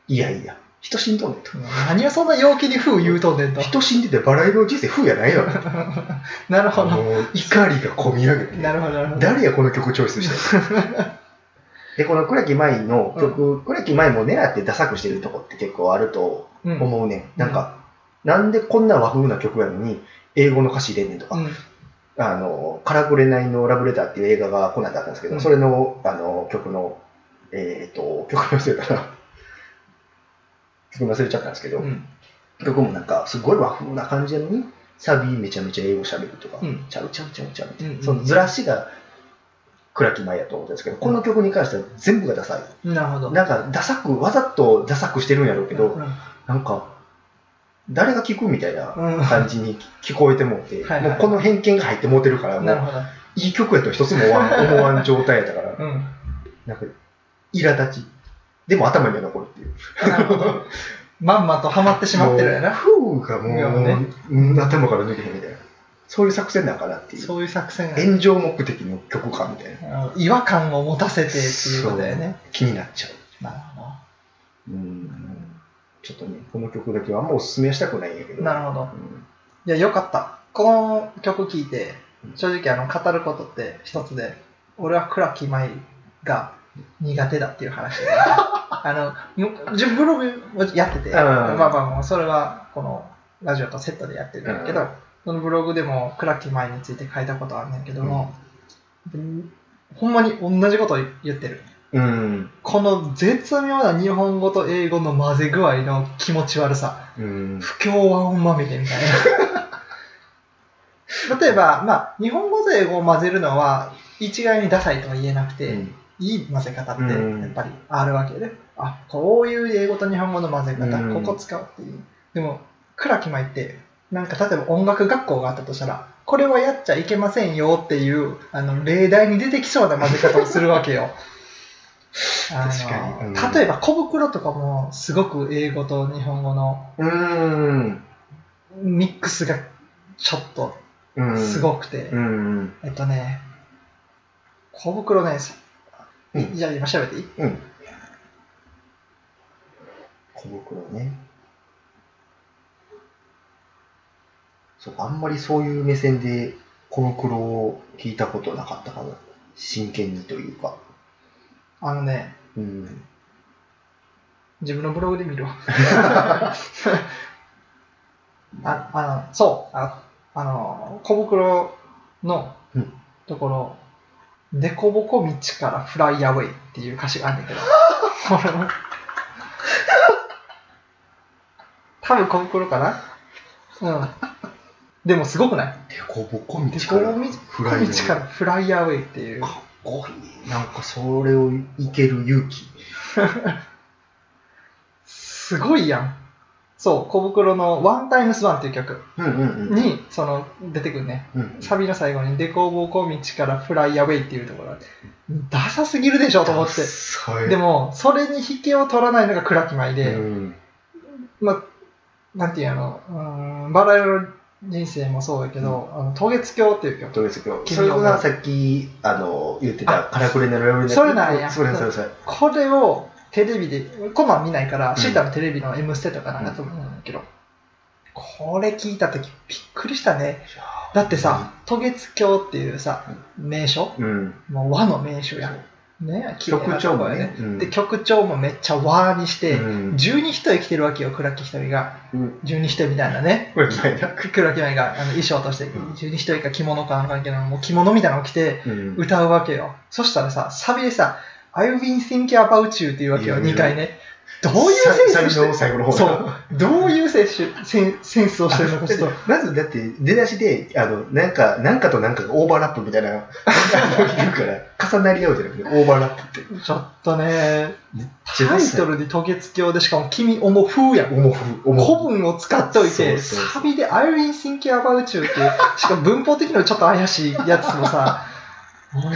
B: いやいや、人死んどんねんと。
A: 何をそんな陽気に風言うとんね んと。
B: 人死んでてバラ色の人生風やないよ。
A: なるほど。
B: もう怒りがこみ上げて。
A: なるほど、なるほど。
B: 誰やこの曲チョイスしてんの で、この倉木舞の曲、倉木舞も狙ってダサくしてるとこって結構あると
A: うん
B: 思うねん。なんか、なんでこんな和風な曲やのに、英語の歌詞入れんねんとか、
A: うん
B: あの、カラクレナイのラブレターっていう映画がこんなんだったんですけど、
A: うん
B: それの、あの、曲の、えっ、と、曲のせいかな。曲忘れちゃったんですけど、
A: うん。
B: 曲もなんかすごい和風な感じなのにサビめちゃめちゃ英語喋るとか、
A: うん
B: ちゃうちゃうちゃうちゃうみたいな、
A: うんうん
B: そのずらしが倉木舞やと思うんですけどこの曲に関しては全部がダサい
A: なるほど。
B: なんかダサくわざとダサくしてるんやろうけど、
A: うん
B: なんか誰が聞くみたいな
A: うん
B: 感じに聞こえてもって、
A: はいはい
B: もうこの偏見が入ってもうてるからも
A: なる
B: う
A: ほ
B: いい曲やと一つも思 わん思わん状態やったから
A: ど。うん。
B: なんか苛立ちでも頭には残るっていう
A: なるほど。まんまとハマってしまってるやな。
B: もう風がもう
A: いやね
B: うん頭から抜けへんみたいな。そういう作戦なんかなっていう。
A: そういう作戦が。
B: 炎上目的の曲かみたいな。
A: あの違和感を持たせてっていうことだよね。
B: 気になっちゃ
A: なるほ
B: う。うん。ちょっとね、この曲だけはあんまおすすめはしたくないんやけど。
A: ど。なるほど。
B: うん
A: いや、よかった。この曲聴いて、正直あの語ることって一つで、俺は倉木舞が苦手だっていう話 で、あの、む自分ブログをやってて、
B: うん
A: まあまあまあ、それはこのラジオとセットでやってるんだけど、
B: うん
A: そのブログでも倉木舞について書いたことあるんだけども、うんほんまに同じこと言ってる。
B: うん。
A: この絶妙な日本語と英語の混ぜ具合の気持ち悪さ。
B: うん。
A: 不協和音まみれみ たいな。例えば、まあ、日本語と英語を混ぜるのは一概にダサいとは言えなくて、
B: うん
A: いい混ぜ方って
B: うん
A: やっぱりあるわけで、あこういう英語と日本語の混ぜ方、
B: うん
A: ここ使うっていう。でも、倉木舞って、なんか例えば音楽学校があったとしたら、これはやっちゃいけませんよっていうあの例題に出てきそうな混ぜ方をするわけよ。あの
B: 確かにうん
A: 例えば小袋とかもすごく英語と日本語の
B: うん。
A: ミックスがちょっと
B: うん。
A: すごくて、
B: うん。
A: えっとね、小袋ね、さ
B: うん
A: じゃあ今調べていい
B: うん。小袋ね。そう、あんまりそういう目線で小袋を聞いたことなかったかな。真剣にというか。
A: あのね、
B: うん。
A: 自分のブログで見 るわ。ああの、そう、ああの、小袋の
B: うん
A: ところ、でこぼこ道からフライアウェイっていう歌詞がある んだけど、これも、多分小袋かなうん。でもすごくない
B: デコボコ道
A: でこ
B: か
A: ぼ
B: ら
A: こ
B: フ
A: 道
B: ライの
A: か
B: から
A: フライアウェイっていう。
B: っこいい。なんかそれをいける勇気。
A: すごいやん。そう、小袋のワンタイムスワンっていう曲
B: うんうんうん。
A: に、その、出てくるね。
B: うん
A: サビの最後に、デコボコ道からフライアウェイっていうところがダサすぎるでしょと思って。
B: そう
A: でも、それに引けを取らないのが倉木舞で、
B: うん
A: まあ、なんていうの、うーん、バラ色の人生もそうだけど、あの、渡月橋っていう曲。
B: どうですか
A: 君
B: それ
A: の
B: がさっきあの言ってた
A: あ
B: カラクレのラブレ
A: それなんや
B: それそれそれ。
A: これをテレビで、コマ見ないから、
B: ん
A: シータのテレビの M ステとかなんかと思うんだけど、これ聞いたときびっくりしたね。だってさ、渡月橋っていうさ、名所、
B: うん。
A: もう和の名所やん。ね、綺麗な
B: 曲
A: と
B: 調
A: こ
B: も
A: や
B: ね。うん
A: で、曲調もめっちゃ和にして、
B: うん
A: 12人生きてるわけよ、倉木ひとみが。
B: うん
A: 12人みたいなね。
B: これ前だ。
A: 倉木ひとみがあの衣装として、
B: うん
A: 12人か着物かなんかだけど、もう着物みたいなのを着て
B: うん
A: 歌うわけよ。そしたらさ、サビでさ、I've been thinking about you っていうわけよ、
B: いやいや
A: 2回ね。どういうセンス
B: さ
A: して
B: 最後の方
A: そ
B: が
A: う、どういうセンスセンセンスをしてるのかちょっと。
B: まずだって出だしであのなんかなんかとなんかがオーバーラップみたいなのがいるから重なり合うじゃなくてオーバーラップって
A: ちょっとね、
B: めっちゃ
A: タイトルに渡月橋でしかも君思うやん。
B: 重く重
A: 古文を使っといて、
B: そうそうそう
A: サビで I've been thinking about you っていう、しかも文法的にもちょっと怪しいやつもさ、もう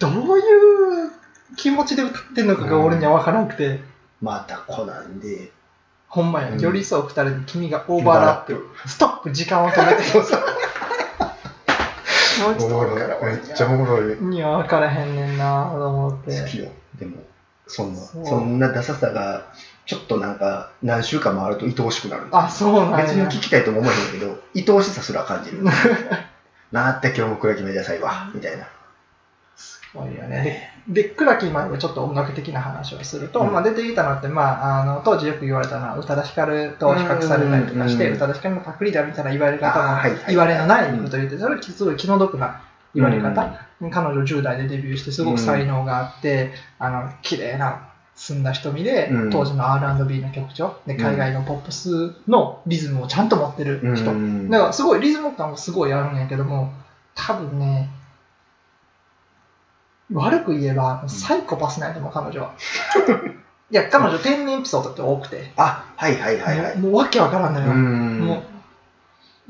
A: どどういう気持ちで歌ってんのかが俺には分からなくて、
B: またコナンで
A: ほんまや、
B: うん
A: 寄り添う二人に君がオーバーラップ、ストップ、時間を止めて、
B: そうそう
A: もうち
B: お
A: ょっと
B: も
A: 分
B: ろ
A: からん
B: い
A: わ
B: めっちゃおもろい
A: には分からへんねんなと思って。
B: 好きよでもそんな
A: そう
B: そんなダサさがちょっとなんか何週間もあると愛おしくなる
A: あ、そうなん
B: 別に
A: や。
B: 聞きたいとも思えへんけど愛おしさすら感じ るなあって今日も暗きめださいわみたいな
A: すごいよね。で、で倉木舞はちょっと音楽的な話をすると、
B: うん
A: まあ、出てきたのって、まあ、あの当時よく言われたのは宇多田ヒカルと比較されたりとかして、
B: うん
A: 宇多田ヒカルのパクリだみたいな言われ方
B: あーはい
A: の
B: はい
A: 言われのないことを言って、それはすごい気の毒な言われ方、彼女10代でデビューしてすごく才能があって、あの綺麗な澄んだ瞳で、
B: うん
A: 当時の R&B の曲調で海外のポップスのリズムをちゃんと持ってる人、
B: うん
A: だからすごいリズム感もすごいあるんやけども多分ね悪く言えばサイコパスなんやと思う彼 女はいや彼女天然エピソードって多くて、
B: あはいはいはいはい
A: もうもうわけわからんのよ、
B: ん
A: もう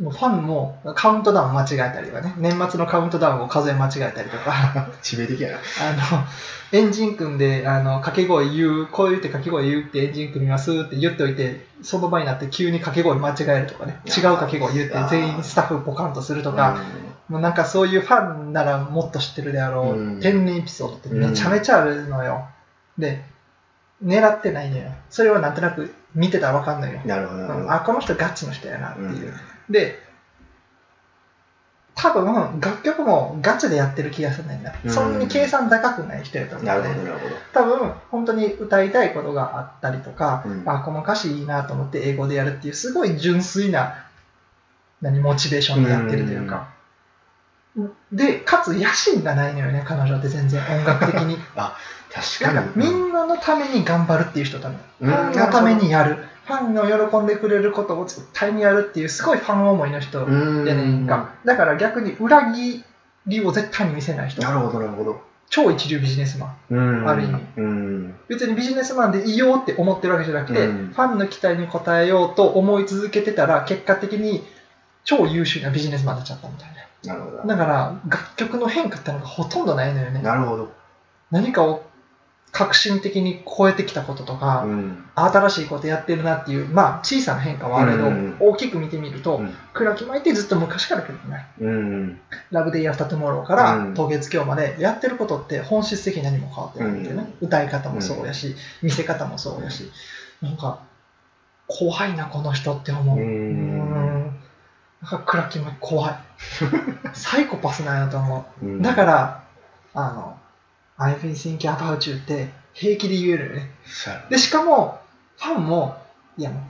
A: もうファンもカウントダウン間違えたりとかね年末のカウントダウンを数え間違えたりとか
B: 致命的やな。
A: あのエンジン組んであの掛け声言うこう言って掛け声言うってエンジン組みますって言っておいてその場になって急に掛け声間違えるとかね違う掛け声言って全員スタッフポカンとするとか、もうなんかそういうファンならもっと知ってるであろう、
B: うん
A: 天然エピソードってめちゃめちゃあるのよ、で狙ってないのよそれはなんとなく見てたら分かんないよ
B: う、んなるほどなるほ
A: うん
B: ど。
A: あこの人ガチの人やなっていう、
B: う
A: で多分楽曲もガチでやってる気がするんだよな、
B: うん
A: そんなに計算高くない人やと思
B: ん
A: う
B: なるほどなるほど。
A: 多分本当に歌いたいことがあったりとか、
B: うん
A: あこの歌詞いいなと思って英語でやるっていうすごい純粋な何モチベーションでやってるというか、でかつ野心がないのよね彼女って全然音楽的に
B: 確
A: なんか
B: かに。
A: みんなのために頑張るっていう人多分
B: う
A: フ
B: ん
A: ァンのためにやるファンの喜んでくれることを絶対にやるっていうすごいファン思いの人
B: うん
A: じゃないか、だから逆に裏切りを絶対に見せない人
B: なるほどなるほど。
A: 超一流ビジネスマン
B: うん
A: ある意味。
B: うん。
A: 別にビジネスマンでいようって思ってるわけじゃなくて、
B: うん
A: ファンの期待に応えようと思い続けてたら結果的に超優秀なビジネスマンになっちゃったみたい
B: なるほど
A: な。だから楽曲の変化ってのがほとんどないのよね
B: なるほど。
A: 何かを革新的に超えてきたこととか、
B: うん。
A: 新しいことやってるなっていう、まあ、小さな変化はあるけど、
B: うん
A: 大きく見てみると、
B: うん
A: 倉木舞ってずっと昔からけどね
B: うん。
A: ラブデイアフタートゥモローから、
B: うん
A: 凍結今日までやってることって本質的に何も変わってないんだよね、歌い方もそうやし、見せ方もそうやしなんか怖いなこの人って思う
B: うん
A: んなんか暗きも 怖いサイコパスなんやと思
B: う
A: うんだからあの「I've been thinking about you」って平気で言えるよね
B: そうやろ
A: でしかもファンもいやもう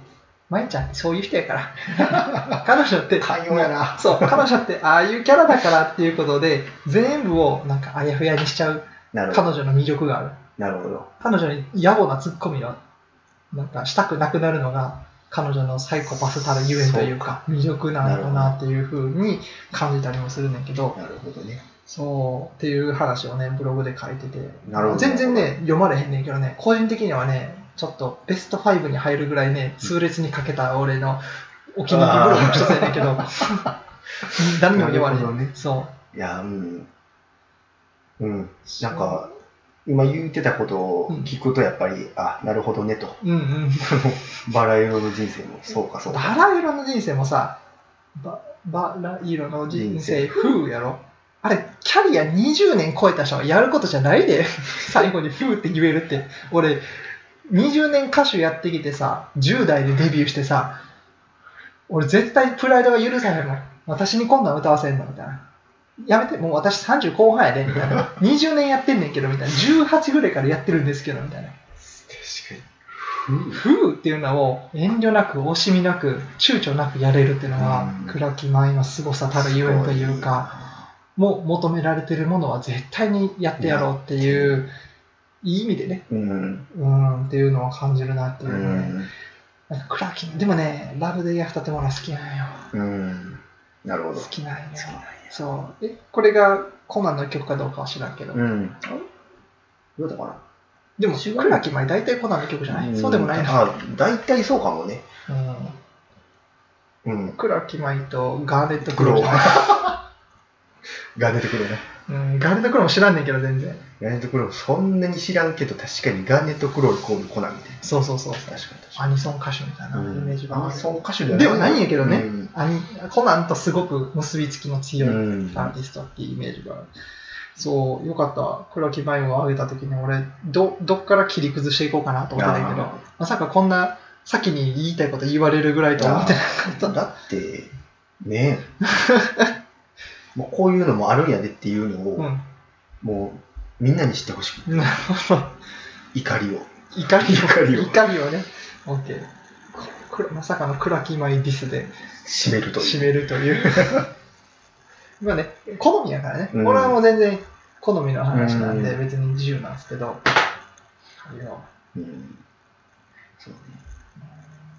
A: まゆちゃんってそういう人やから 彼女って
B: 寛容やな。
A: そう、彼女ってああいうキャラだからっていうことで、全部をなんかあやふやにしちゃう
B: なるほ
A: 彼
B: ど。
A: 女の魅力がある。
B: なるほど。
A: 彼女に野暮なツッコミをなんかしたくなくなるのが、彼女のサイコパスたるゆえんというか、魅力なのかなっていうふうに感じたりもするんだけど、
B: なるほどね。
A: そう、っていう話をね、ブログで書いてて、
B: なるほど
A: 全然ね、読まれへんねんけどね、個人的にはね、ちょっとベスト5に入るぐらいね、痛烈にかけた俺のお気に入りブログの一つやねんけ ど、誰にも言われ
B: なるほ
A: ん
B: どね
A: そう。
B: いや、うん。うん。なんか、今言ってたことを聞くと、やっぱり、あ、なるほどねと。
A: うんうん。
B: バラ色の人生も、そうか、そうか。
A: バラ色の人生もさ、ババラ色の人生風やろあれ、キャリア20年超えた人はやることじゃない で、最後に風って言えるって。俺、20年歌手やってきてさ、10代でデビューしてさ、俺絶対プライドが許さへんもん。私に今度は歌わせんのみたいな。やめて、もう私30後半やで、みたいな。20年やってんねんけど、みたいな。18ぐらいからやってるんですけど、みたいな。
B: 確かに。
A: 風っていうのを遠慮なく惜しみなく躊躇なくやれるっていうのが
B: うん
A: 倉木舞の凄さたるゆえんというかもう求められてるものは絶対にやってやろうっていういい意味でね
B: すごい。うん。
A: うんっていうのを感じるなっていううのね、
B: ん。
A: なんか倉木でもねラブデイアフターってものは好きなんよ
B: うん。なるほど
A: 好。きなんよ
B: そうなんや
A: そうえこれがコナンの曲かどうかは知らんけど、
B: うん。どうだったか
A: でも
B: 違う
A: 倉木舞大体コナンの曲じゃ
B: な
A: ない、そうでもないな、
B: あ、大体そうかもね。
A: うん
B: うん。
A: 倉木舞とガーネット・ク
B: 黒
A: ローじゃない
B: が出てくるね。
A: うん、ガーネットクローも知らんねんけど全然
B: ガーネットクロール、そんなに知らんけど、確かにガーネットクロールイコールコナンみたいな。
A: そうそうそう
B: 確かに確
A: アニソン歌手みたいな
B: か
A: イ
B: に。
A: メージ
B: うん
A: はあ
B: あ
A: る、
B: そう歌手
A: ではないんやけどね
B: うん
A: アニコナンとすごく結びつきの強いア
B: うん
A: ーティストっていうイメージがある、そうよかったわ黒木舞を上げた時に俺どどっから切り崩していこうかなと思ってたんやけど
B: あー
A: まさかこんな先に言いたいこと言われるぐらいとは思ってなかった
B: だって、 ねえ。もうこういうのもあるんやでっていうのを、
A: うん
B: もうみんなに知ってほし く
A: なるほど
B: 怒りを。
A: 怒りを
B: 怒りを
A: 怒りをね OK これまさかの倉木舞ディスで
B: 締めるという。
A: 締めるという まあね好みやからね、
B: うん
A: 俺はもう全然好みの話なんで
B: うん
A: 別に自由なんですけど、いや
B: うんそうね。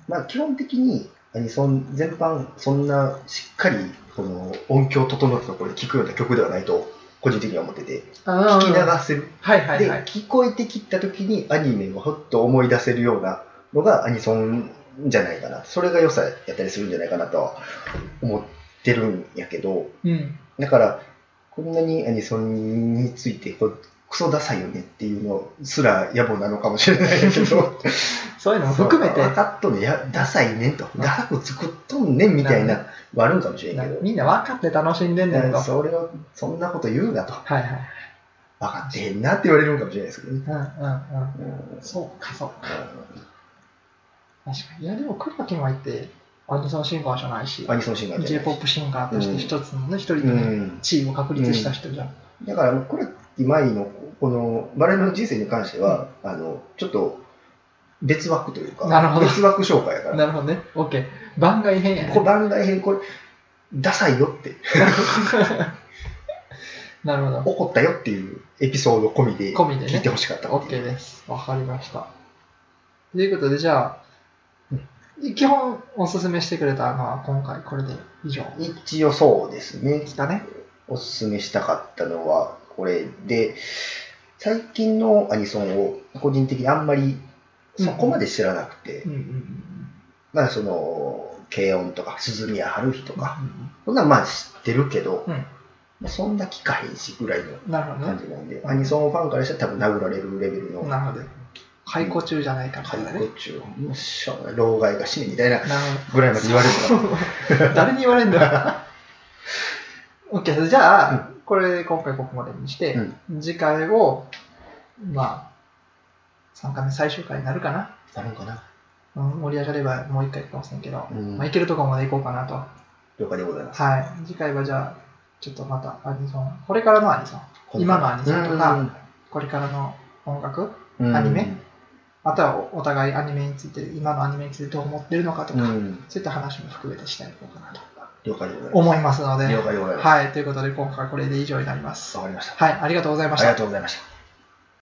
B: まあ基本的にアニソン全般、そんなしっかりこの音響整ったところで聴くような曲ではないと、個人的には思ってて、
A: あー
B: 聞き流せる。
A: はいはい
B: で
A: は、い
B: 聞こえてきた時にアニメをほっと思い出せるようなのがアニソンじゃないかな。それが良さやったりするんじゃないかなとは思ってるんやけど、
A: うん
B: だから、こんなにアニソンについてこう、クソダサいよねっていうのすら野暮なのかもしれないけど、
A: そういうのも含めて
B: 分かっとんねや、ダサいねんと、ダサく作っとんねんみたい
A: な
B: な、悪いんかもしれんけ
A: な
B: ど、
A: みんな分かって楽しんでんねんと
B: うん
A: はい
B: それを、そんなこと言うなと、
A: はい
B: 分かってへんなって言われるんかもしれないですけどね。
A: うんうんうん
B: うん
A: そうかそうか確かにいやでも黒木舞ってアニソンシンガーじゃないし
B: アニソンシンガー
A: j p o p シンガーとして一つのね一、人
B: う
A: で
B: ん
A: 地位を確立した人じゃん、
B: だから、これ、今井の、この、我々の人生に関しては、あの、ちょっと、別枠というか、
A: なるほど
B: 別枠紹介やから。
A: なるほどね OK 番外編やね
B: これ番外編これダサいよって
A: なるほど
B: 怒ったよっていうエピソード込みで
A: 込みでね
B: 聞いてほしかったってい
A: OK
B: う
A: です。わかりました。ということで、じゃ
B: う
A: あ、基本おすすめしてくれたのは今回これで以上で
B: 一応そうですね
A: すかね。
B: おすすめしたかったのはこれで最近のアニソンを個人的にあんまりそこまで知らなくて、
A: うんうんうん
B: まあその軽音とか鈴宮春日と
A: うん
B: か、そんなんまあ知ってるけど、
A: うん
B: まあそんな聞かへんしぐらいの
A: うん。なるほど
B: 感
A: ね。
B: じなんで、アニソンファンからしたら多分殴られるレベルの
A: なるほど。解雇中じゃないかみた
B: 解
A: いなね。
B: 雇中、もうしょうがない老害が死ねみたいな
A: な
B: ぐらいまで言われるから
A: るほど。誰に言われんだ ?OK、じゃあ、これ今回ここまでにして、次回を、まあ、3回目最終回になるかな。
B: なるんかな
A: うん盛り上がればもう1回行くかもしれんけど、
B: うん
A: まあ、行けるところまで行こうかなと。
B: 了解でございます。
A: はい。次回はじゃあ、ちょっとまたアニソン、これからのアニソン、今のアニソンとか、これからの音楽、
B: うん
A: アニメまたはおお互いアニメについて、今のアニメについてどう思ってるのかと
B: う
A: か、
B: ん、
A: そういった話も含めてしていこうかなと
B: 了解でございます。
A: 思いますので、
B: 了解でございます。
A: はい。ということで、今回はこれで以上になります。
B: わかりました。
A: はい。ありがとうございまし
B: あ
A: た
B: りが。とうございました。